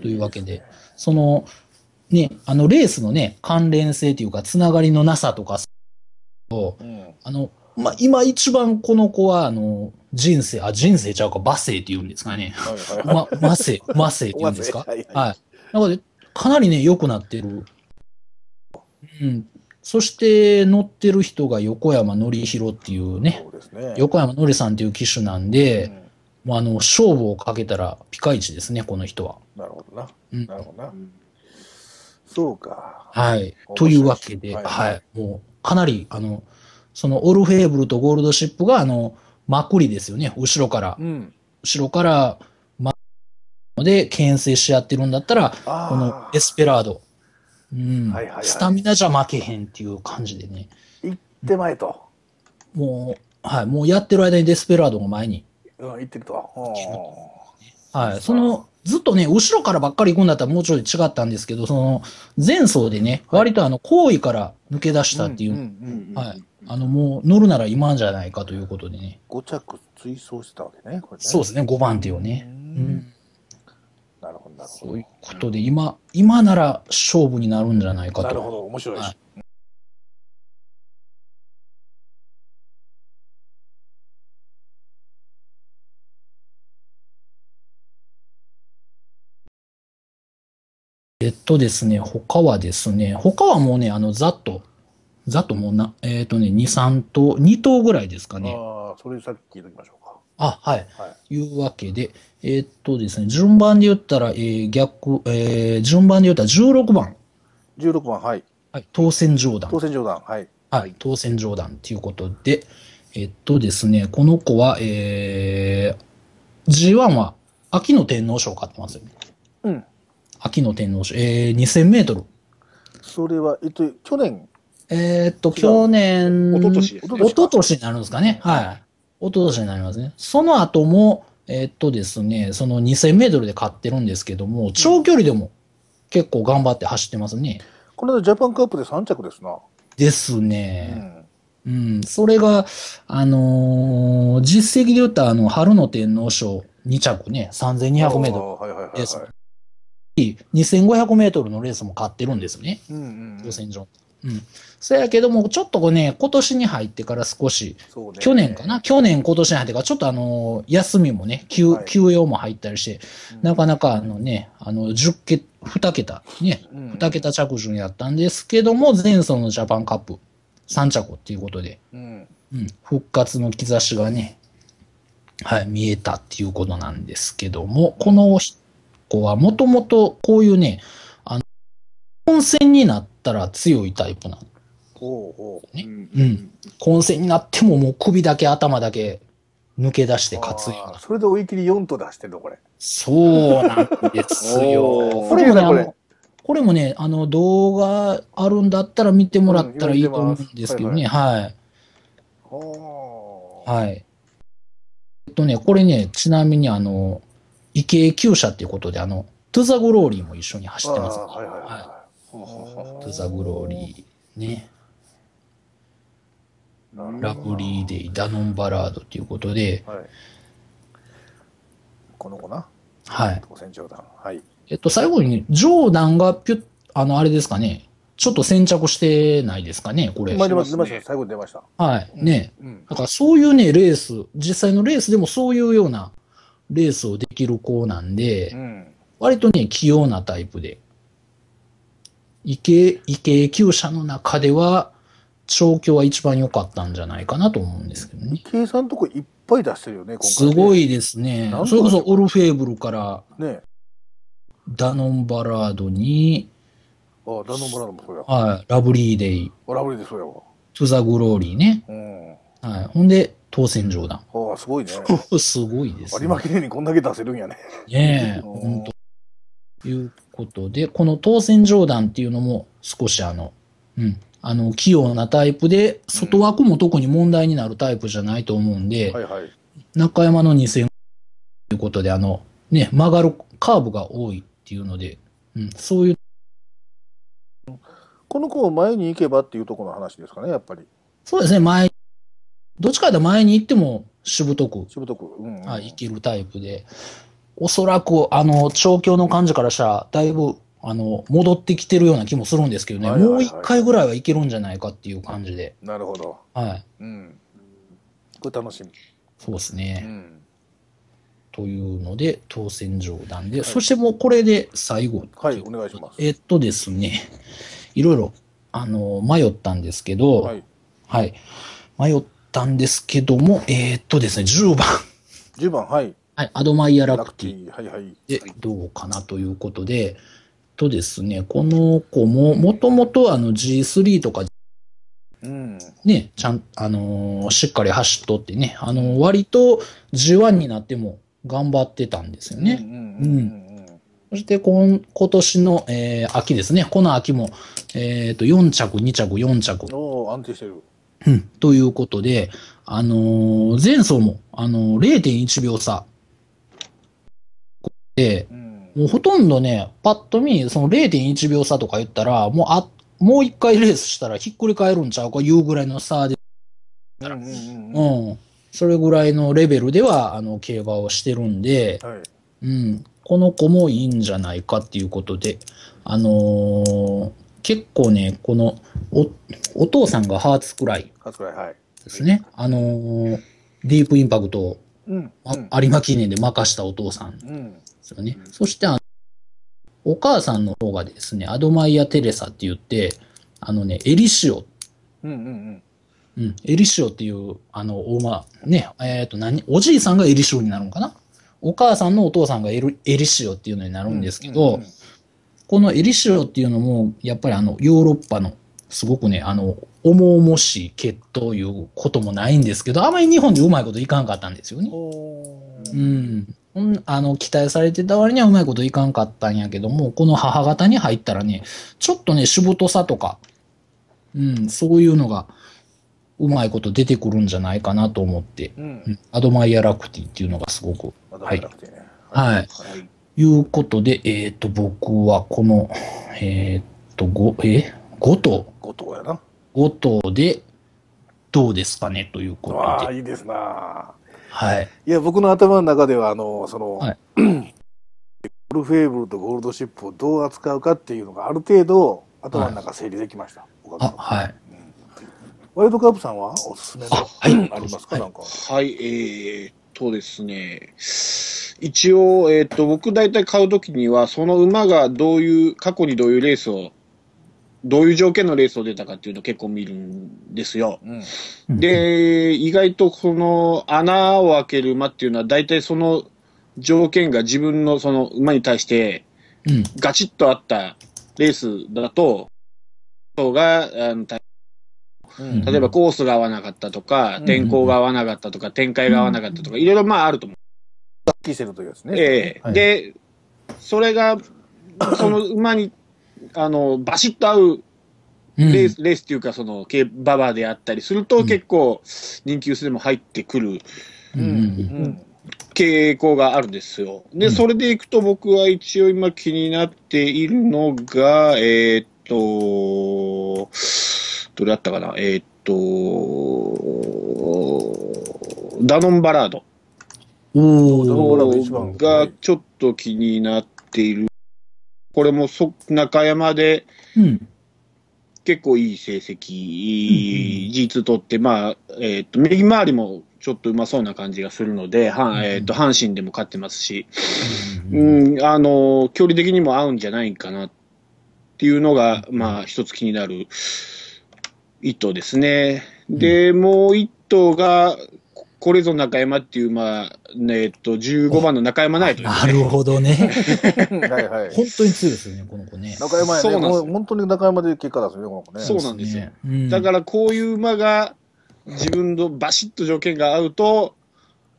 というわけで、その、ね、あのレースのね、関連性というか、つながりのなさとか、を、うん。あの、まあ、今一番この子は、あの、人生、あ、人生ちゃうか、馬生って言うんですかね。はいはいはい。 ま、マセ、 マセって言うんですか馬生はいははい。なので、かなりね、良くなってる。うん。そして、乗ってる人が横山のりひろっていうね、そうですね。横山のりさんっていう機種なんうで、んもうあの、勝負をかけたらピカイチですね、この人は。なるほどな。うんなるほどな。そうか。はい白。いというわけで、はいはい。もう、かなり、あの、そのオルフェーブルとゴールドシップが、あの、まくりですよね、後ろからう。ん。後ろから、ま、で、牽制し合ってるんだったら、このあエスペラード。うんはいはいはいスタミナじゃ負けへんっていう感じでね。あ、行ってまえと。もう、はい、もうやってる間にデスペラードが前に。うん、行ってると。うはい、その、ずっとね、後ろからばっかり行くんだったらもうちょい違ったんですけど、その、前走でね、割とあの、行為から抜け出したんっていう、んんはいあの、もう乗るなら今んじゃないかということでね。 5着追走してたわけね、これね。そうですね、5番手をう。ね。うんん。なるほど、なるほとどいう。ことで、今、今なら勝負になるんじゃないかなるほと。ど、面白いはしい。えっとですね、他はですね、他はもうね、あの、ざっと、ざっともうな、えっ、とね、2、3頭、2頭ぐらいですかね。ああ、それさっき聞いときましょうあ、はい。か。はい。いうわけで、えーっとですね、順番で言ったら、えー逆、えー順番で言ったら16番、 16番、はい。はい、当選上段当、選上段、はい。はい、当選上段ということで、えーっとですね、この子は、えー G1 は秋の天皇賞を買ってますよね。うん。秋の天皇賞、えー2000メートル。それは、えっと、去年、えーっと、去年、一昨年ですね一昨年になるんですかね。はい。一昨年になりますね。その後も、えーっとですね、その2000メートルで勝ってるんですけども、長距離でも結構頑張って走ってますね。この間ジャパンカップで3着ですな。ですうね。ん。うん。それが、あのー実績で言ったらあの、春の天皇賞2着ね、3200メートああはいはいはい、はい。ですル、2500メートルのレースも勝ってるんですよね。うんうんうん。予選上。うん。そやけども、ちょっとこうね、今年に入ってから少し、そうね去年かな、去年今年に入ってから、ちょっとあのー、休みもね、休はい休養も入ったりして、うんなかなかあのね、あの、10桁、2桁、ね、うん2桁着順やったんですけども、前走のジャパンカップ3着っていうことで、うん。うん、復活の兆しがね、はい、見えたっていうことなんですけども、この子はもともとこういうね、あの、混戦になったら強いタイプなのほうほう。うん。混戦になってももう首だけ頭だけ抜け出して勝つようああな。それで追い切り4頭出してんの、これ。そうなんですよ。おこーれもね、あこれの、これもね、あの、動画あるんだったら見てもらったらいいと思うんですけどね、はい。ほう。はい。えっとね、これね、ちなみにあの、池江厩舎っていうことで、あの、トゥザグローリーも一緒に走ってます。ああはいはいはいは。はいトゥザグローリー、ね、い。なるほどラブリーデイ、ダノンバラードということで、はい。この子な。はい。当選上段。はい。えっと、最後にね、ジョーダンがピュッ、あの、あれですかね、ちょっと先着してないですかね、これ。今出ました、し出まますしねた。最後に出ました。はい。ね。うん。だからそういうね、レース、実際のレースでもそういうようなレースをできる子なんで、うん。割とね、器用なタイプで。池、池江厩舎の中では、調教は一番良かったんじゃないかなと思うんですけどね。池江さんのとこいっぱい出してるよね、今回。すごい。いですねなん。とそれこそオルフェーブルからね。ダノンバラードに、ああ、ダノンブラウンもそうや。はい、ラブリーデイ、ラブリーでそうやわ。トゥザグローリーね。うん。はい。ほんで、当選上 段。ああ、すごいね。すごいです有ね馬。記念にこんだけ出せるんやね。ねえ、おーほんということで、この当選上段っていうのも少しあの、うん、あの、器用なタイプで、外枠も特に問題になるタイプじゃないと思うんで、はいはい。中山の2000ということで、あの、ね、曲がるカーブが多いっていうので、うん、そういう、この子を前に行けばっていうところの話ですかね、やっぱり。そうですね、前、どっちかというと前に行ってもしぶとく、しぶとく。うん、うん。はい、いけるタイプで、おそらく、あの、調教の感じからしたら、だいぶ、あの、戻ってきてるような気もするんですけどね、はいはいはいもう一回ぐらいはいけるんじゃないかっていう感じで、なるほど。はい。うん。これ楽しみ。そうですうね。ん。というので、当選上段はで、いそしてもうこれで最後。はい、お願いします。えっとですね、いろいろ、あの、迷ったんですけど、はい。はい。迷ったんですけども、えーっとですね、10番。 10番、はい。はい、アドマイア・ララククテティィ。はいはい。でどうかなということで、とですね、この子も、もともとあの G3 とかうん。ね、ちゃん、あのーしっかり走っとってね、あのー割と G1 になっても頑張ってたんですようね。んうんうんそして今、今年の、えー秋ですね、この秋も、えーっと、4着、2着、4着うん。、おお安定してる。うん、ということで、あのー前走も、あのー0.1秒差。で、うん。もうほとんどね、パッと見、その0.1秒差とか言ったら、もうあ、もう一回レースしたらひっくり返るんちゃうかいうぐらいの差で、うんうんうんうん。うん。それぐらいのレベルでは、あの、競馬をしてるんで、はい。うん。この子もいいんじゃないかっていうことで、あのー結構ね、この、お、お父さんがハーツくらい勝倉はい。ですね。あのーディープインパクトを、うん。あうん有馬記念で任したお父さんうん。ですよねう。んそして、あのお母さんの方がですね、アドマイア・テレサって言って、あのね、エリシオ、うんうんうん。うん、エリシオっていう、あの、お馬、ね、えっ、と、何、おじいさんがエリシオになるのかなお母さんのお父さんがエルエリシオっていうのになるんですけど、うんうんこのエリシオっていうのも、やっぱりあの、ヨーロッパの、すごくね、あの、重々しい血ということもないんですけど、あまり日本でうまいこといかんかったんですよねうん。おうーん、ほんあの期待されてた割にはうまいこといかんかったんやけども、この母方に入ったらね、ちょっとね、しぶとさとか、うん、そういうのが、うまいこと出てくるんじゃないかなと思って、うんう。んアドマイアラクティっていうのがすごく。まだまだなくてね。はいはい。いうことで、えっ、と、僕はこの、えっ、と、ご、え五頭後藤やな。五頭で、どうですかねというこわとあ、で。いいですな。はい。いや、僕の頭の中では、あの、その、はいゴルフェーブルとゴールドシップをどう扱うかっていうのがある程度、頭の中整理できました。おかげあさ、まはい。ワイルドカープさんはおすすめのああ,、はいりますか、はいなんか。はい、えーっとですね。一応、えーっと、僕大体買うときには、その馬がどういう、過去にどういうレースを、どういう条件のレースを出たかっていうのを結構見るんですよ。うん。で、意外とこの穴を開ける馬っていうのは、大体その条件が自分のその馬に対してうん、ガチッとあったレースだと、人が、あうのん例えばコースが合わなかったとかう、ん天候が合わなかったとか、展開が合わなかったとか、いろいろまああると思キーセルというやつう。ね。ええはいで、それが、その馬に、あの、バシッと合ううんレース、レースっていうか、その、競馬馬であったりするうと、ん結構、人気薄でも入ってくるうんうんうん傾向があるんですよ。うで、んそれでいくと僕は一応今気になっているのが、えーっと、どれだったかなえーっと、ダノンバラードおダノンバラード一番がちょっと気になっている。これもそ中山でーうん。結構いい成績、G2 取って、まあ、えーっと、右回りもちょっとうまそうな感じがするので、はえーっと、阪神でも勝ってますし、うん、あの、距離的にも合うんじゃないかなっていうのが、まあ、一つ気になる一頭ですね。で、もう一頭が、ここれぞ中山っていう、まあ、ねえっと、15番の中山ナイトですなるほど ね。はいはい。 本当に強いですよね、この子ね。中山やそうね。なんもですよう本当に中山で結果出すね、この子ね。そうなんですよね。うんだから、こういう馬が、自分のバシッと条件が合うと、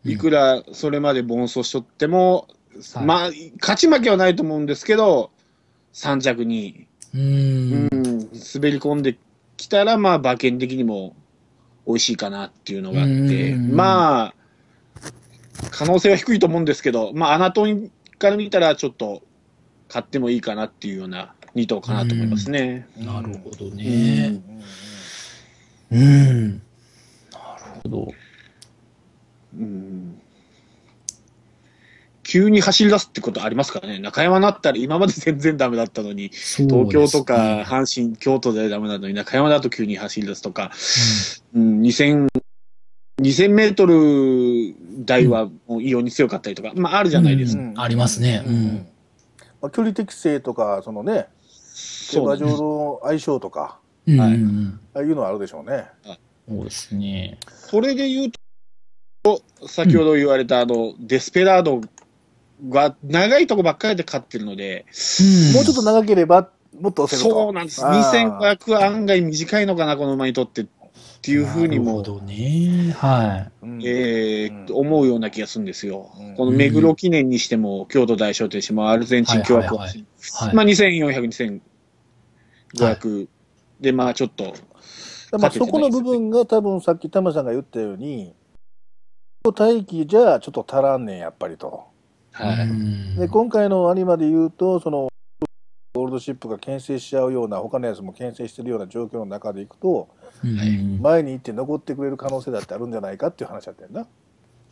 いくらそれまで奔走しとっても、はいまあ、勝ち負けはないと思うんですけど、3着にうん。うん、滑り込んできたら、まあ、馬券的にも美味しいかなっていうのがあって、うんまあ、可能性は低いと思うんですけど、まあ、アナトミから見たら、ちょっと買ってもいいかなっていうような2頭かなと思いますね。なるほどうねん。うんうん。なるほど。うん急に走り出すってことありますからね。中山だったら今まで全然ダメだったのに、東東京とか阪神、京都でダメなのに、中山だと急に走り出すとか、うん、2000、2000メートル台はもう異様に強かったりとか、まああるじゃないですか。うんありますねうんまあ、距離適性とか、そのね、競そう馬ね場の相性とか、うんはいうんああいうのはあるでしょうね。うんそうですね。それで言うと、先ほど言われたあの、デスペラードが長いとこばっかりで勝ってるので、うんもうちょっと長ければ、もっと押せると。そうなんです。あー2500案外短いのかな、この馬にとってっていうふうになもる、ほどね。はい。うんえーうん思うような気がするんですよ。うんこの目黒記念にしても、京都大商店にしても、アルゼンチン共和国、はいはいはいまあ2400、2500、で、まあちょっと、まあ、そこの部分が多分さっきタマさんが言ったように、大気じゃちょっと足らんねん、やっぱりと。はい。うんで、今回の有馬で言うと、その、ゴールドシップが牽制しちゃうような、他のやつも牽制してるような状況の中でいくと、うん前に行って残ってくれる可能性だってあるんじゃないかっていう話だったよな。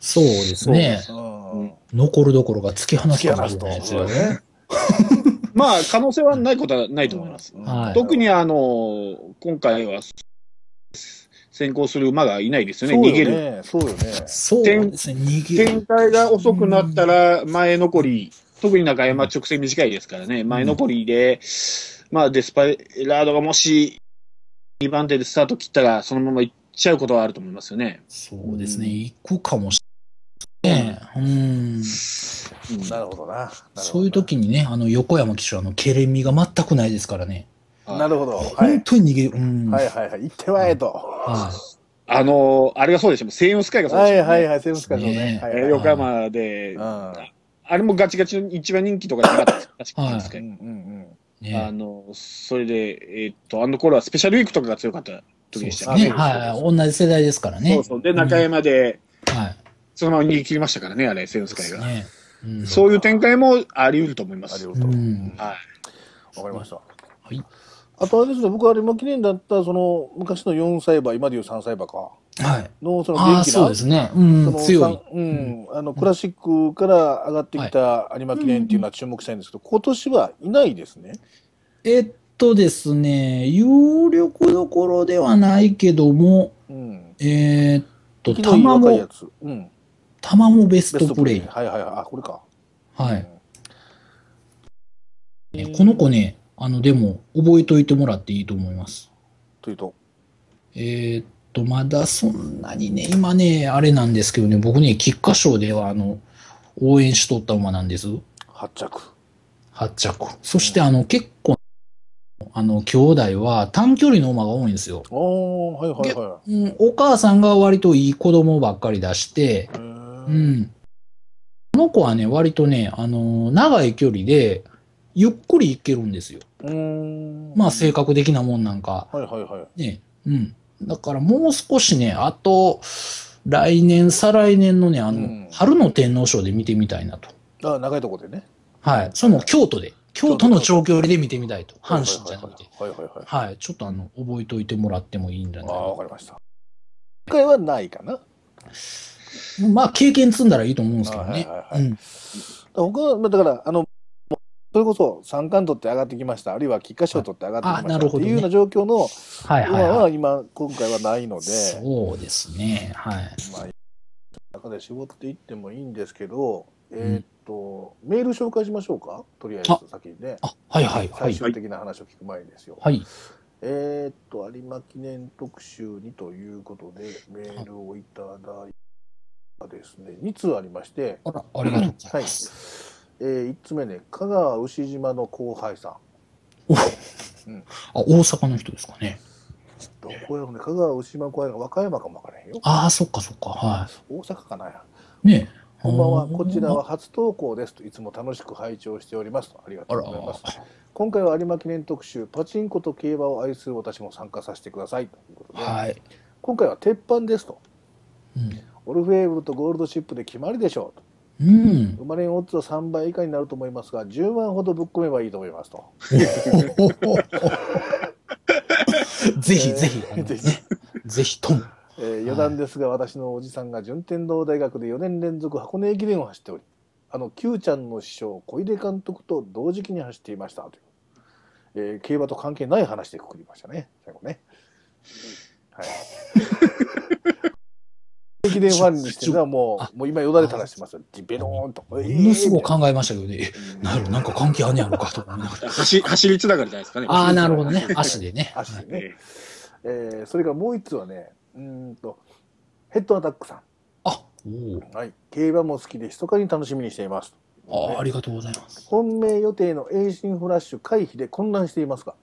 そうですね。うん。うん残るどころが突き放突すきかも放しすれと。ないですそうよだね。ね。まあ可能性はないことはないと思います。うんはい特にあの、今回は、先行する馬がいないですよね、そう逃げる。よね。そうよね。そうですね。逃げ展開が遅くなったら、前残り、特に中山直線短いですからね、前残りで、まあデスパイラードがもし、2番手でスタート切ったら、そのまま行っちゃうことはあると思いますよね。そうですね。行くかもしれないね。うん。うんなるほどな。なるほどなそういう。時にね、あの、横山騎手は、あの、ケレミが全くないですからね。はいなるほど。はい本。当に逃げる。うん。。はいいはいはい。行ってまえと。はい。あの、あれがそうでしたもん、西洋スカイがそうではいしたもんねはいはい。セブンスカイのねね。はいえーはいはい横山で、うんあれもガチガチの一番人気とかじゃなかったです確かはい確かうにんうんね。あの、それで、えーっと、あの頃はスペシャルウィークとかが強かったそう時ででしすたよね。ね。はい。同じ世代ですからね。そうそう。で、中山で、はい。そのまま逃げ切りましたからね、あれ、セールス会が。ね。うん。そういう展開もあり得ると思いまありす。がはとう。うわんい。かりました。はい。あとあれですね、僕は有馬記念だった、その、昔の4歳馬、今でいう3歳馬か。はい。の、そのあ元あ、気そうなで、すね。うん。強いさ。んうん、あの、クラシックから上がってきた有馬記念っていうのは注目したいんですけど、今年はいないですね。えっとですね、有力どころではないけども、うん。えーっと、昨日玉若いやも、つ。うん。玉もベスベストトププレレイ。イ。はいはいはい。あ、これか。はい。えこの子ね、あの、でも、覚えといてもらっていいと思います。というと。えーっと、まだそんなにね、今ね、あれなんですけどね、僕ね、菊花賞では、あの、応援しとった馬なんです。発着。 8着。そして、あの、結構、あの、兄弟は短距離の馬が多いんですよ。おー、はいはいはうん、お母さんが割といい子供ばっかり出して、い。う。うんん。この子はね、割とね、あのー長い距離で、ゆっくり行けるんですよ。うん。まあ、性格的なもんなんか。はいはいはい。ね。うん。だからもう少しね、あと、来年、再来年のね、あの、うん春の天皇賞で見てみたいなと。あ、長いとこでね。はい。それも京都で。京都の長距離で見てみたいと。阪神じゃなくて。はいはいはいはい。はい。ちょっとあの、覚えておいてもらってもいいんじゃあないあ、わかりました。今回はないかな。まあ、経験積んだらいいと思うんですけどはいねはい。はういん。僕は、まあだから、あの、それこそ三冠取って上がってきました、あるいは菊花賞取って上がってきまあしなたるってほどいうねような状況のはい馬はいはい。は今、今回はないので、そうですね。はい。まあ、中で絞っていってもいいんですけど、えーっと、メール紹介しましょうか、とりあえず先にね。あ、はいはいは最い。終的な話を聞く前にですよ。はい。えーっと、有馬記念特集にということで、メールをいただいたですね、2通ありまして、あら、ありがとうございます。えー、1つ目ね、香川牛島の後輩さん。あ、大阪の人ですかね。どこやろね、香川牛島の後輩が和歌山かもわからへんよ。ああ、そっかそっか。は大阪かな。い。ねえ。こんばんは、あーこちらは初投稿ですと、いつも楽しく拝聴しておりますと。ありがとあうらございます。今回は有馬記念特集、パチンコと競馬を愛する私も参加させてくださいということで、はい。今回は鉄板ですと。うんオルフェーブルとゴールドシップで決まりでしょうと。うん。生まれんオッズは3倍以下になると思いますが、10万ほどぶっ込めばいいと思いますと。ぜひぜ ひ、あのぜひねぜひとも。えー余談ですが、私のおじさんが順天堂大学で4年連続箱根駅伝を走っており、あの、Q ちゃんの師匠、小出監督と同時期に走っていましたという、えー競馬と関係ない話でくくりましたね、最後ね。 はい。 駅伝ファンにしてるのはもあう、もう今よだれ垂らしてますよ。ベローンと。もものすごい考えましたけどね、なるなんか関係あんねやろかと思いなが ら。走走りつながりじゃないですかね。ああ、なるほどね。 足でね。足でね。ええーそれからもう一つはね、うーんと、ヘッドアタックさあ、おん。はい。競馬も好きで、密かに楽しみにしています。お、あーありがとうございます。本命予定のエイシンフラッシュ回避で混乱していますが、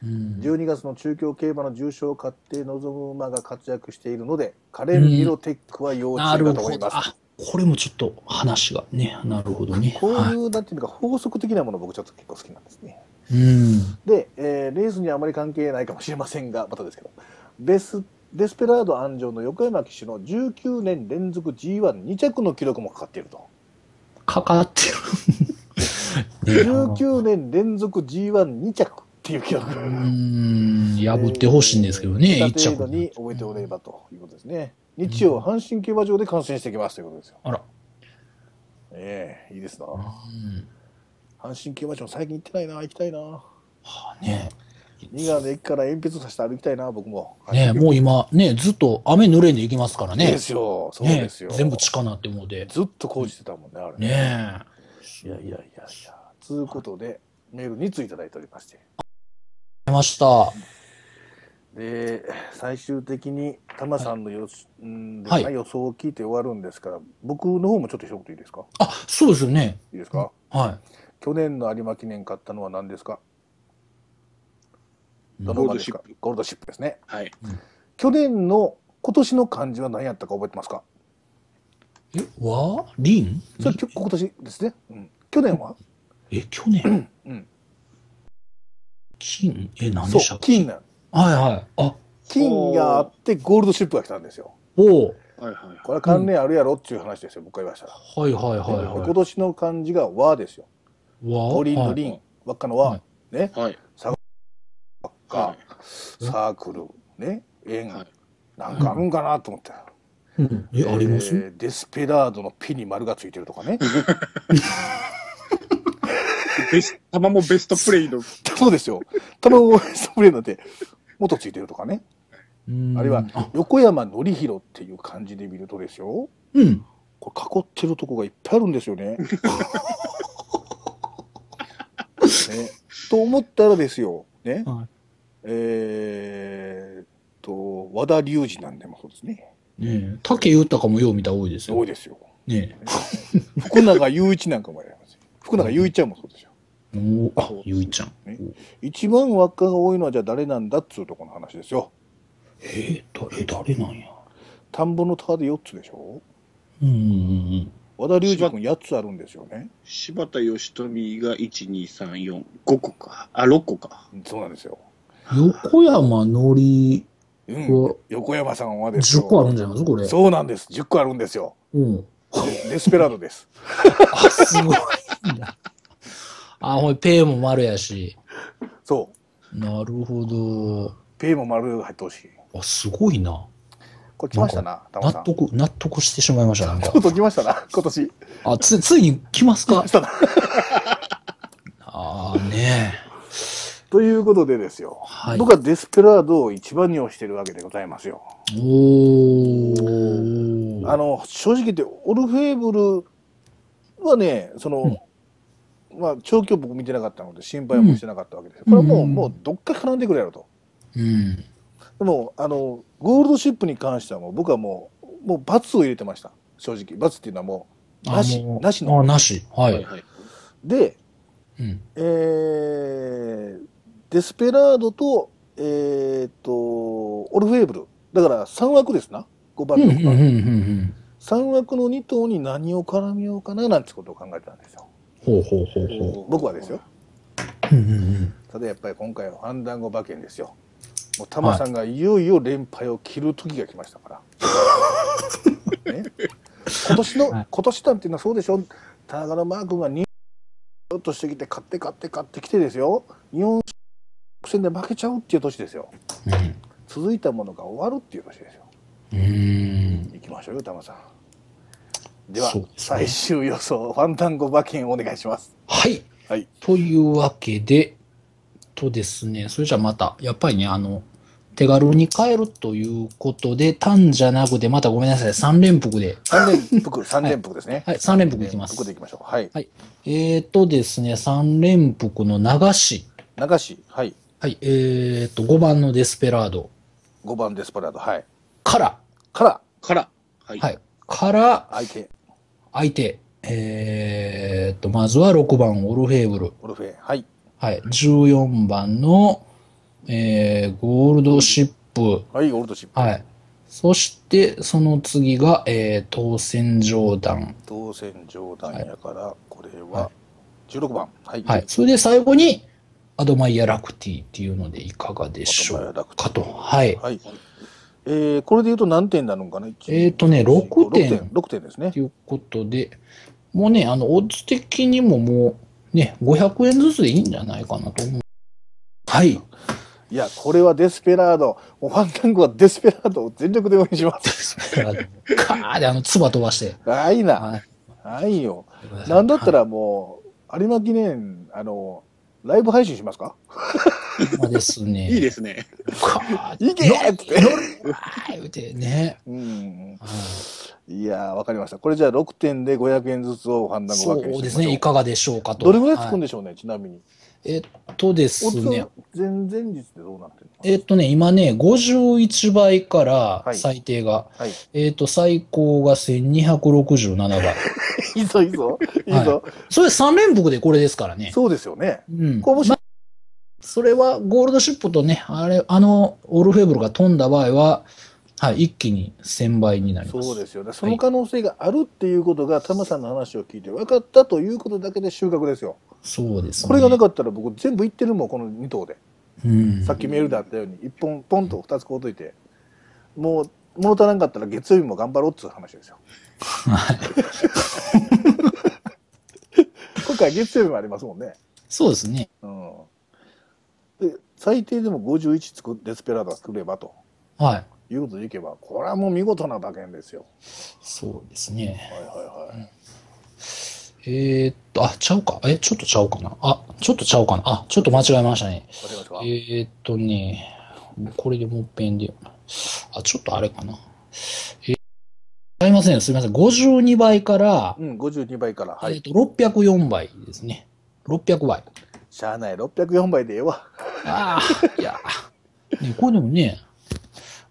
うん、 12月の中京競馬の重賞を買って望む馬が活躍しているので、カレンミロテックは要な注意るだと思ほいど。ます。あ、これもちょっと話がね、なるほどね。こういはう、なんていうか、法則的なもの僕ちょっと結構好きなんですね。い。うん。で、えーレースにはあまり関係ないかもしれませんが、またですけど、ベス、デスペラード安城の横山騎手の19年連続 G12 着の記録もかかっていると。かかってる。ね19年連続 G12 着っていう記録。うーん、破ってほしいんですけどね、えー一着程度に覚えておればということですね。日曜、阪神競馬場で観戦してきますということですよ。あら。ええいいですな。うん。阪神競馬場最近行ってないな、行きたいな。はあね。新潟で駅から鉛筆さして歩きたいな、僕も。ねもう今、ねずっと雨濡れんでいきますからね。ねで。すよ、そうねですよ。全部地下なってもうで。ずっと工事してたもんね、あれ。ねいやいやいやいや。ということで、メール2ついただいておりまして。え。ました。で、最終的に、タマさんの予,、うんですはいね予想を聞いて終わるんですから、僕の方もちょっと一言いいですかあ、そうですよね。いいですか、は去年の有馬記念買ったのは何ですかい。どの馬ですかゴールドシップですね。ーはい。去年の今年の漢字は何やったか覚えてますかえ、わりんそれきょ今年ですね。うん、去年はえ、去年うん。金え、何でそしたうっ、け金なん。はいはい。あ、金があってゴールドシップが来たんですよ。おうはいはい。これは関連あるやろっていう話ですよ、僕が言わしたら。はいはいはいでは今年の漢字が和ですよ。い。わ五輪の輪、はい輪っかの輪、はいね、はい。か、はサークル、ね、円、はいなんかあるんかなと思ったら。うん。え、ありますえーデスペラードのピに丸がついてるとかね。 ベスたまもベストプレイの。そうですよ。卵をスプレーなんて、元ついてるとかね。うんあるいは、あ、横山典弘っていう漢字で見るとですよ。うん。これ囲ってるとこがいっぱいあるんですよ ね。ねと思ったらですよ。ね。はいえーっと、和田隆二なんでもそうですね。ねえ、竹豊もよう見たら多いです多よい。ですよ。ね福永雄一なんかもやりますよ。福永雄一ちゃんもそうですよ。え。おうあ、ゆいちゃん。ね一番輪っかが多いのはじゃあ誰なんだっつうとこの話ですよ。えー、誰、誰なんや。田んぼの田で4つでしょうんうんうん。和田隆二君8つあるんですよね。柴田義富が1、2、3、4、5個か。あ、6個か。うんそうなんですよ。横山のりうん。は横山さんはですよ。 10個あるんじゃないですか、これ。そうなんです。10個あるんですよ。うん。でデスペラードです。あ、すごいな。 あ、ほい、ペイも丸やし。そう。なるほど。ペイも丸入ってほしい。あ、すごいな。これ来ましたな、タモ納さん。ち得、納得してしまいました、なんかょ。っと来ましたな、今年。あ、つ、ついに来ます かしたな。ああ、ねえ。ということでですよ。はい。僕はデスペラードを一番に推してるわけでございますよ。おー。あの、正直言って、オルフェーブルはね、その、まあ、長期を僕見てなかったので、心配もしてなかったわけですよ。これはもう、うんもう、どっか絡んでくれやろと。うん。でも、あの、ゴールドシップに関してはもう、僕はもう、もう、罰を入れてました。正直。罰っていうのはもう、あなし、もうなしあ、の。なし。ははいい。はい。で、うん。えー、デスペラードと、えー、と、オルフェーブル。だから3枠ですな。5番、うん、うん、 6うん、う番。んうん。 3枠の2頭に何を絡めようかな、なんてことを考えてたんですよ。ほうほうほうほ僕はですよ。う。うん、うん、うん。ただやっぱり今回は判断後馬券ですよ。もうタマさんがいよいよ連敗を切る時が来ました から。ね、今年の、はい今年なんていうのはそうでしょ。田中のマー君が2ちょっとしてきて買って買って買ってきてですよ。日本戦で負けちゃうっていう年ですよ。うん。続いたものが終わるっていう年ですよ。うーん。行きましょうよ、タマさん。ではそうですね最終予想ファンタンゴ馬券お願いしますはい。はいというわけで、とですね、それじゃあまた、やっぱりね、あの、手軽に買えるということで、単じゃなくて、またごめんなさい、3連複で。 3連服3連服ですねはい、3連複いき連ま服ですい。きましょうはいえーとですね、3連複の流し。流しはいはい、えーと、5番のデスペラード5番デスパラードはいから、からから、はい。はい、から相手相手。えーと、まずは6番オルフェーブル。オルフェはいはい、14番の、えー、ゴールドシップ。はいオールドシップ、はい。そして、その次が、えー、当選上段。当選上段やから、これはは16番はい、はい。それで最後に、アドマイヤラクティっていうのでいかがでしょうかと。はい。はいえー、これで言うと何点なのかなえーとね六点6点ですねということで、もうね、あの、オッズ的にももう、ね、500円ずつでいいんじゃないかなと思う。はい。いや、これはデスペラード。もうファンタングはデスペラードを全力で応援し ます。カーってあの、唾飛ばして。あいな。はいあいよ。なんだったらもう、有馬記念、あの、ライブ配信しますかまあですね。いいですね。カーっていけーって。言うてね。うん。はいいやー、わかりました。これじゃあ6点で500円ずつをファンタングそ分けにしうてでみすましょね。いかがでしょうかと。どれぐらいつくんはでしょうね、ちなみに。いえっとですね。前々日ってどうなってるのえっとね、今ね、51倍からはい最低が、はい。えっと、最高が1267倍。 いいぞ、いいぞ。いいぞ。それ3連複でこれですからね。そうですよね。うん。こうもしまあそれはゴールドシップとね、あれ、あの、オールフェーブルが飛んだ場合は、はい、一気に1000倍になります。そうですよね。その可能性があるっていうことが、タマさんの話を聞いて分かったということだけで収穫ですよ。そうですね。これがなかったら僕全部いってるもん、この2頭で。うん。さっきメールであったように、1本、ポンと2つこうといて、もう、物足らんかったら月曜日も頑張ろうっつう話ですよ。はい今回月曜日もありますもんね。そうですね。うん。で、最低でも51つくデスペラードが作ればとはい。いうことでいけば、これはもう見事な馬券ですよ。そうですね。はいはいはい。えーっと、あ、ちゃうか。え、ちょっとちゃうかな。あ、ちょっとちゃうかな。あ、ちょっと間違えましたね。わかりましたかえーっとね、これでもう一遍で。あ、ちょっとあれかな。えー、違いません。すみません。52倍から、うん、52倍から。はえーい。っと、604倍ですね。600倍。しゃあない、604倍でええわ。ああ、いや。ね、これでもね、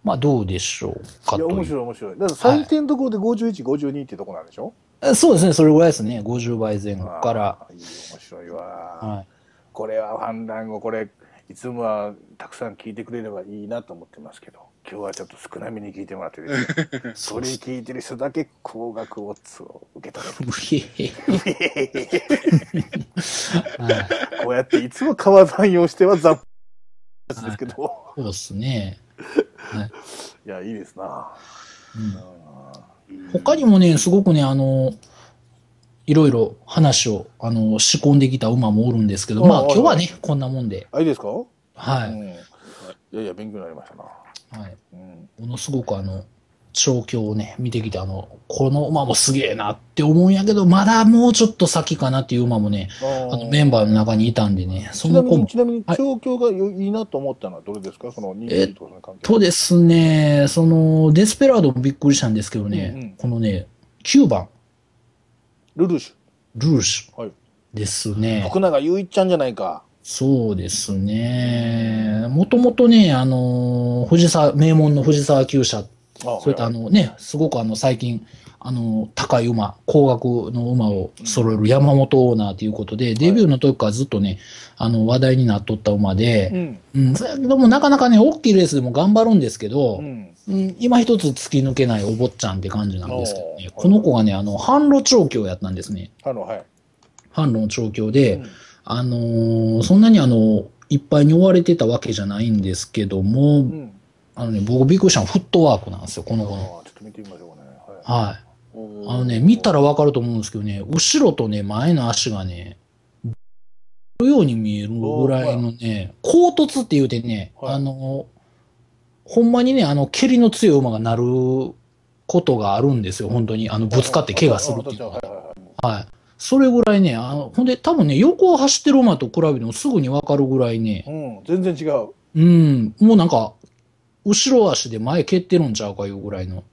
まあどうでしょうかいや、と面いう。白い面白い。だから最低のところで51、52ってとこなんでしょえそうですね。それぐらいですね。50倍前後から。あーいいよ面白いわ。はい。これは判断後これいつもはたくさん聞いてくれればいいなと思ってますけど今日はちょっと少なめに聞いてもらってですねそれ聞いてる人だけ高額オッズを受け取うへへれるはい。 こうやっていつも川山用してはざっぱですけどそうですね。いやいいですなうんうん他にもね、すごくね、あの、いろいろ話を、あの、仕込んできた馬もおるんですけど、まあおいお今い日はね、こんなもんで、あいいですか、はうんい、いやいや勉強になりましたな、はい。うん、ものすごくあの、調教をね、見てきて、あの、この馬もすげえなって思うんやけど、まだもうちょっと先かなっていう馬もね、あの、メンバーの中にいたんでね、そちなのみ子にも。ちなみにはい調教がよいいなと思ったのはどれですかその人気とかの関係とですね、その、デスペラードもびっくりしたんですけどね、うんうんこのね、9番、ルルーシルーシュはいュですね。福永雄一ちゃんじゃないかそうですね。もともとね、あのー藤沢、名門の藤沢厩舎、あそれとあのね、すごくあの、最近、あの、高い馬、高額の馬を揃える山本オーナーということで、デビューの時からずっとね、あの、話題になっとった馬うで、んうん、そやけどもなかなかね、大きいレースでも頑張るんですけど、ん、うん、今一つ突き抜けないお坊ちゃんって感じなんですけどね、おーこの子がね、あの、販路調教やったんですね。あのはい、販路の調教で、うんあのーそんなにあの、いっぱいに追われてたわけじゃないんですけども、うん、あのね、僕びっくりしたのはフットワークなんですよ、こあのー子の。ちょっと見てみましょうかね、ははい。おーあのね、見たらわかると思うんですけどね、後ろとね、前の足がね、のように見えるぐらいのね、鋼突って言うてね、はいあの、ほんまにね、あの、蹴りの強い馬がなることがあるんですよ、本当に。あの、ぶつかって怪我するっていうのはは。いはいはいはい。それぐらいね、あの、ほんで、多分ね、横を走ってる馬と比べてもすぐにわかるぐらいね、うん、全然違う。うん、もうなんか、後ろ足で前蹴ってるんちゃうかいうぐらいの。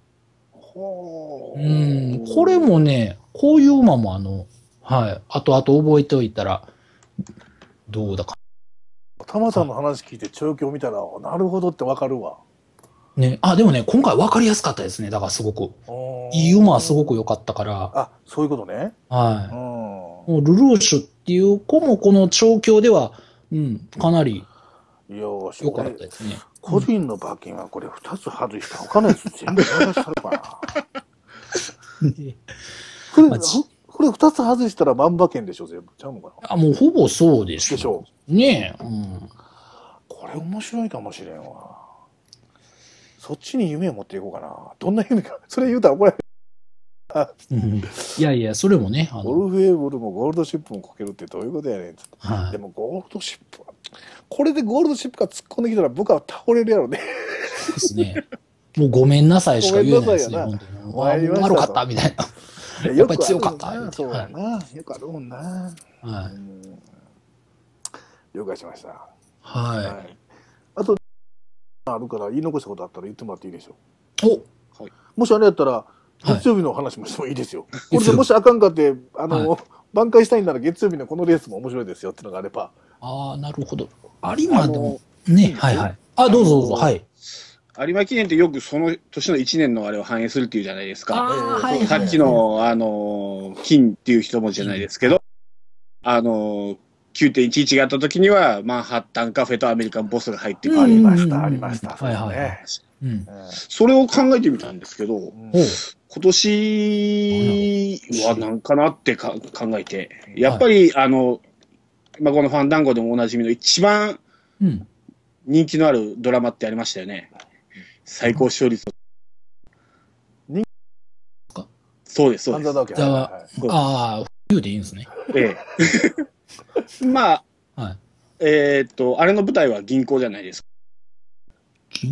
ほうん、これ。もね、こういう馬もあの、はい、あとあと覚えておいたら、どうだか。たまさんの話聞いて、調教見たら、なるほどってわかるわ。ね、あ、でもね、今回分かりやすかったですね、だからすごく。いい馬はすごく良かったから、あ、そういうことね。はうい。もうルルーシュっていう子もこの調教では、うん、かなりん。よーし、良かこったれ、ですね。個人の馬券はこれ2つ外して、他のやつ全部外したのかな。これ、まあじふこれ2つ外したら万馬券でしょ、全部。ちゃうのかな。あ、もうほぼそうでしでしょょ。ねえ、うん。これ面白いかもしれんわ。そっちに夢を持っていこうかな。どんな夢か。それ言うたら怒られる。うんいやいや、それもね、あゴの、ルフェーブルもゴールドシップもこけるってどういうことやねんっつってはでい。もゴールドシップは、これでゴールドシップが突っ込んできたら部下は倒れるやろね。ですね。もうごめんなさいしか言えないですね、ごめんな本当参に。りましもうた悪とかったみたいな。やよっぱりくあるもんな強かったそうやな。よくあるもんな。はうい。ん了解しました。ははい。あと、あるから言い残したことあったら言ってもらっていいでしょい。おう。もしあれやったら、はい月曜日の話もしてもいいですよ。これ月曜で日もしあかんかって、あの、挽回したいなら月曜日のこのレースも面白いですよっていうのがあれば。ああ、なるほど。有馬でも、ね、はいはい。あ、どうぞどうぞ、はい。有馬記念ってよくその年の1年のあれを反映するっていうじゃないですか。あーはいはいさっきの、あのー、金っていう一文字じゃないですけど、あのー、9.11があった時には、マンハッタンカフェとアメリカンボスが入ってくうんある。りましうんた、ありました。はいはいねうん。それを考えてみたんですけど、うんおう今年は何かなってか考えて、やっぱり、あの、まあ、このファンダンゴでもおなじみの一番うん。人気のあるドラマってありましたよね。最高視聴率。人かそうです、そう半で沢直樹す。じゃあはいはいはいああ、言うでいいんですね。ええ。 まあ、はい。えーっと、あれの舞台は銀行じゃないですか。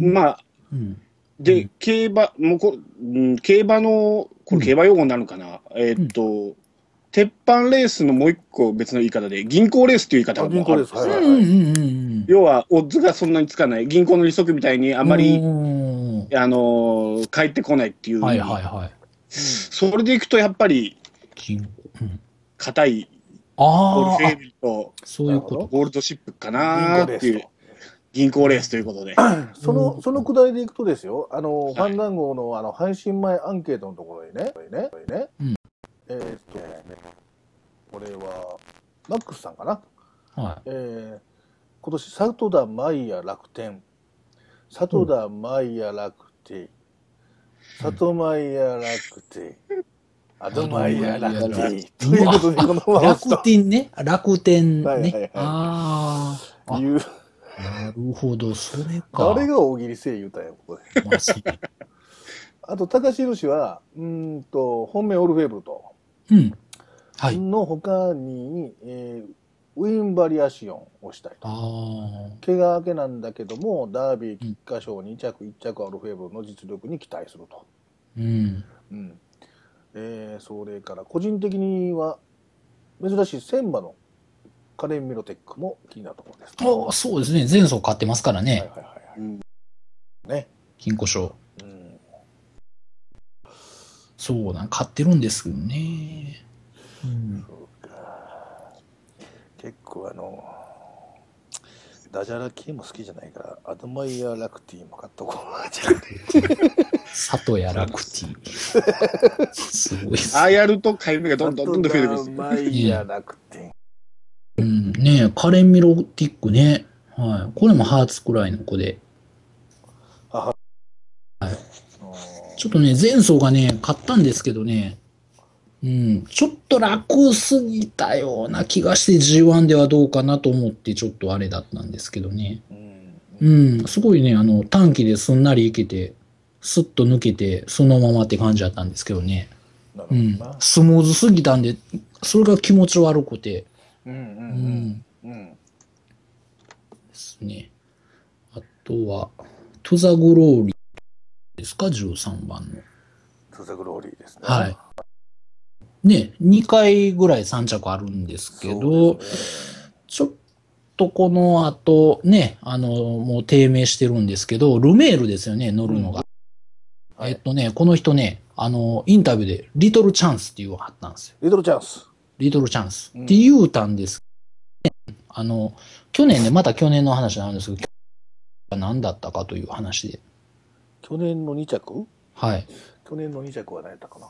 まあ、うん。で、うん競馬、もうこ、うん、競馬の、うこんれ競馬用語になるかな、えーっと、鉄板レースのもう一個別の言い方で、銀行レースという言い方あがも銀う行です。あるうはんいはういはい。んうんうん。要は、オッズがそんなにつかない。銀行の利息みたいにああまり、はあのー返ってこないっていう。いはいはい。それでいくと、やっぱり、金庫。うん硬いゴあルフあ、ェーブルとそういうこと。ゴールドシップか銀な行ーでっていうす、銀行レースということで。と。その、そのくだりでいくとですよ、あの、いファンダンゴの、あの、配信前アンケートのところにね、ね、ね、うんえーっと、これは、マックスさんかな。はえー今年、里田舞也楽天、里田舞也楽天、里舞也楽天、アド舞也楽アド舞天、ということで、このままい。楽天ね。楽天はいはいはねい。あという、あ、なるほど、それか。誰が大喜利せえ言うたんや、ここで。まあそうあと、高橋宏は、うーんと、本命オルフェーブルと、うん。はい。の他に、えーウィンバリアシオンをしたいと。あ怪我明けなんだけども、ダービー菊花賞2着、1着はオルフェーブルの実力に期待すると。あ、うん。うん。えーそれから、個人的には、珍しい千馬のカレン・ミロテックも気になるところです。ああ、そうですね。前走買ってますからはいはいね。はいうんはい。ね。金庫賞。うん。そうなん、買ってるんですけどね。うん。そうか結構あのダジャラ系も好きじゃないからアドマイヤーラクティも買っとこう里やラク ティ。すごいですああ。やると買い目がどんどんどんどん増えてくるんアでドマイヤーラクティうん。ねえ、カレンミロティックね。はい。これもハーツくらいの子で。ちょっとね、前走がね、買ったんですけどね。うん。ちょっと楽すぎたような気がして G1 ではどうかなと思って、ちょっとあれだったんですけどね。うんうん、すごいね、あの、短期ですんなりいけて、スッと抜けて、そのままって感じだったんですけどね。なるほうどんな。スムーズすぎたんで、それが気持ち悪くて。うんううんでうんうんすね。あとは、トゥザグローリーですか、13番の。ソサグローリーですね。はい。ね、2回ぐらい3着あるんですけそうど、ですねちょっとこの後、ね、あの、もう低迷してるんですけど、ルメールですよね、乗るのが。はいえっとね、この人ね、あの、インタビューで、リトルチャンスっていうのがあったんですよ。リトルチャンス。リトルチャンス。うんって言うたんですけどねあの、去年ね、また去年の話なんですけど、去年は何だったかという話で。去年の2着はい。去年の2着は何やったかな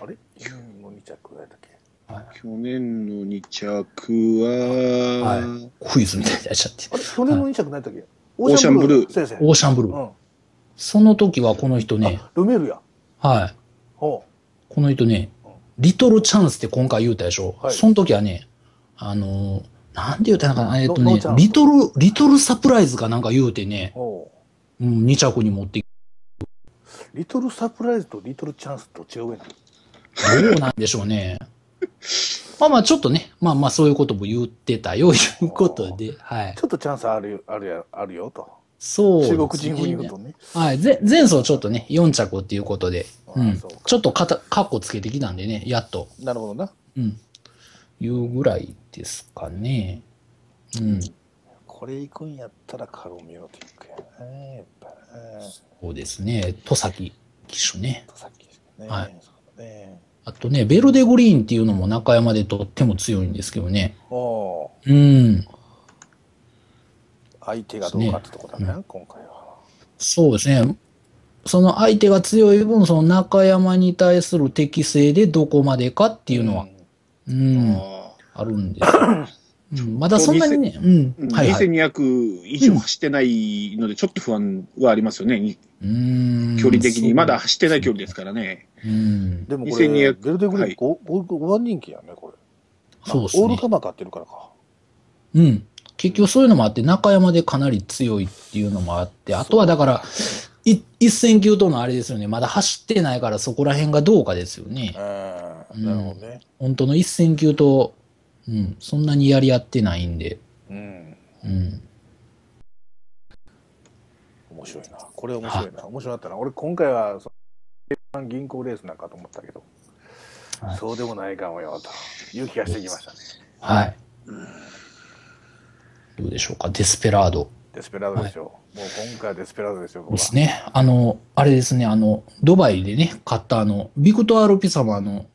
あれ去年の2着は何やったっけ去年の2着は、はクイズみたいになっちゃって。あれ去年の2着何やったっけオーシャンブルー先生。オーシャンブルー。うん。その時はこの人ね、あルメールや。はい。ほこの人ね、リトルチャンスって今回言うたでしょ。はいその時はね、あのーなんで言うたのかな、えっとノーねチャン、スリトル、リトルサプライズかなんか言うてねう。、ほうん、2着に持ってきう。リトルサプライズとリトルチャンスと違うやん。て、どうなんでしょうね。まあまあちょっとね、まあまあそういうことも言ってたよ、いうことで、はい。ちょっとチャンスあるよ、あるや、あるよと。そうですね、中国人風に言うとね。はい。ぜ前走ちょっとね、4着っていうことで、うあんそうか。ちょっとかた、カッコつけてきたんでね、やっと。なるほどな。うん。いうぐらいですかね。うん。これ行くんやったらカロミオティックやね。やっぱね。そうですね。戸崎騎手ね。さっきですね。はそうだね。あとね、ベルデグリーンっていうのも中山でとっても強いんですけどね。おううん。相手がどうかってとこだね、今回は。そうですね。その相手が強い分、その中山に対する適性でどこまでかっていうのは、うん、ああるんですよ。うん、まだそんなにね、うんー、はい、はい。 2200以上走ってないので、ちょっと不安はありますよね、にうん距離的に。まだ。走ってない距離ですからね。うん。でもこれ、ベ2200ルデグリはーンい 5, 5番人気やね、これ。そうですオールねカ。マー買ってるからか。うん。結局そういうのもあって、中山でかなり強いっていうのもあって、あとはだから、い一戦級とのあれですよね。まだ走ってないからそこら辺がどうかですよね。う。うんんなるほどね。本当の一戦級と、うん、そんなにやり合ってないんで、うん。うん。面白いな。これ面白いな。面白かったな。俺今回は、その銀行レースなんかと思ったけど、はいそうでもないかもよ、という気がしてきましたね。はい。どうでしょうか。デスペラードデスペラードでしょう。もう今回はデスペラードでしょう、ここではすね。あの、あれですね、あの、ドバイでね、買ったあの、ビクトアール・ピサマの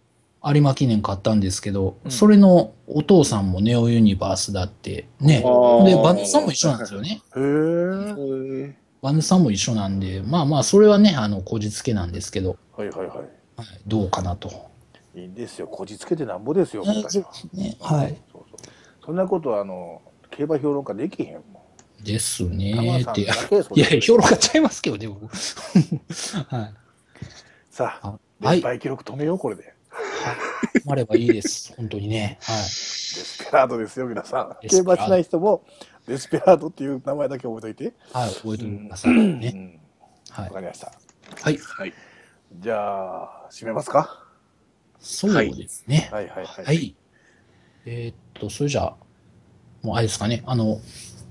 有馬記念買ったんですけど、うんそれのお父さんもネオユニバースだって、ね。あで、バンドさんも一緒なんです よね。へー緒。バンドさんも一緒なんで、まあまあ、それはね、あの、こじつけなんですけど、はいはいははい、どうかなと。い。いいんですよ。こじつけてなんぼですよ、今回は。ね、はい。そうそう。そんなことは、あの、競馬評論家できへんもですん。ね玉っさて。んいだけそうや、評論論家ちゃいますけどね、僕。 はさあ、い。は連い。敗記録止めよう、これで。デ止まればいいです。本当にね。はい。スペラードですよ、皆さん。デ競スペ馬ラードしない人も、デスペラードっていう名前だけ覚えといて。はい。覚えておいてくださいね。ん。はわい。かりました。はい。はい。じゃあ、締めますかそうですね。はいはいはい。はい。えーっと、それじゃあ、もうあれですかね。あの、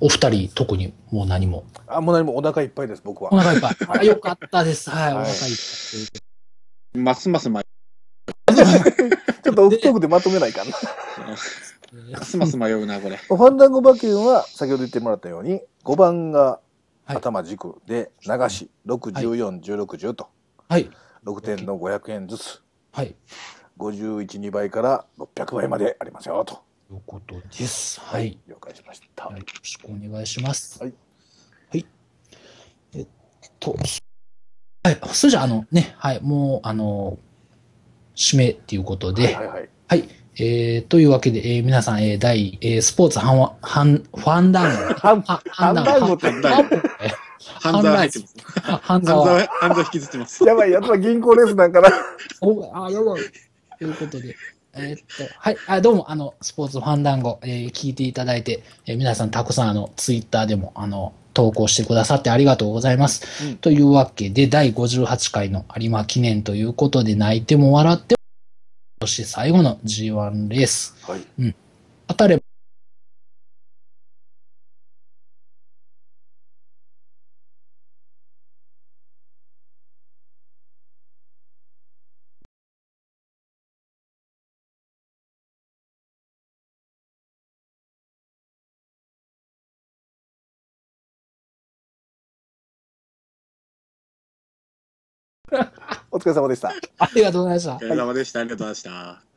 お二人、特にもう何も。あ、もう何もお腹いっぱいです、僕はお。腹いっぱい。あよかったです。はい。おはい腹いっぱいということで。ますます迷ちょっとオフトークでまとめないか な。う、ますます迷うな、これ。ファンダンゴ馬券は、先ほど言ってもらったように、5番がはい頭軸で流し、6、14、16、10と、はい。 6点の500円ずつ。はい。 51、2倍から600倍までありますよ、と。ということです。はい。。了解しました。よろしくお願いします。はい。はい。えっと、はい。それじゃあ、あのね、はい。もう、あの、締めっていうことで、はいはいはい。はい。えー、というわけで、えー、皆さん、えー、第、えー、スポーツハンワ、ハン、ファンダン ゴ。ハンハハンダンゴってハンダ ンゴえ半沢入ってます。ハン半ダは沢、半沢引きずってます。やばい、やつは銀行レースなんかな。おあ、やばい。ということで、えーっと、はい、あどうも、あの、スポーツファンダンゴ、えー聞いていただいて、えー皆さん、たくさん、あの、ツイッターでも、あの、投稿してくださってありがとうございます。うんというわけで、第58回の有馬記念ということで、泣いても笑っても、そして最後の G1 レース、はい。当たれば、お疲れ様でした。ありがとうございましたお疲。れ様でした。ありがとうございました。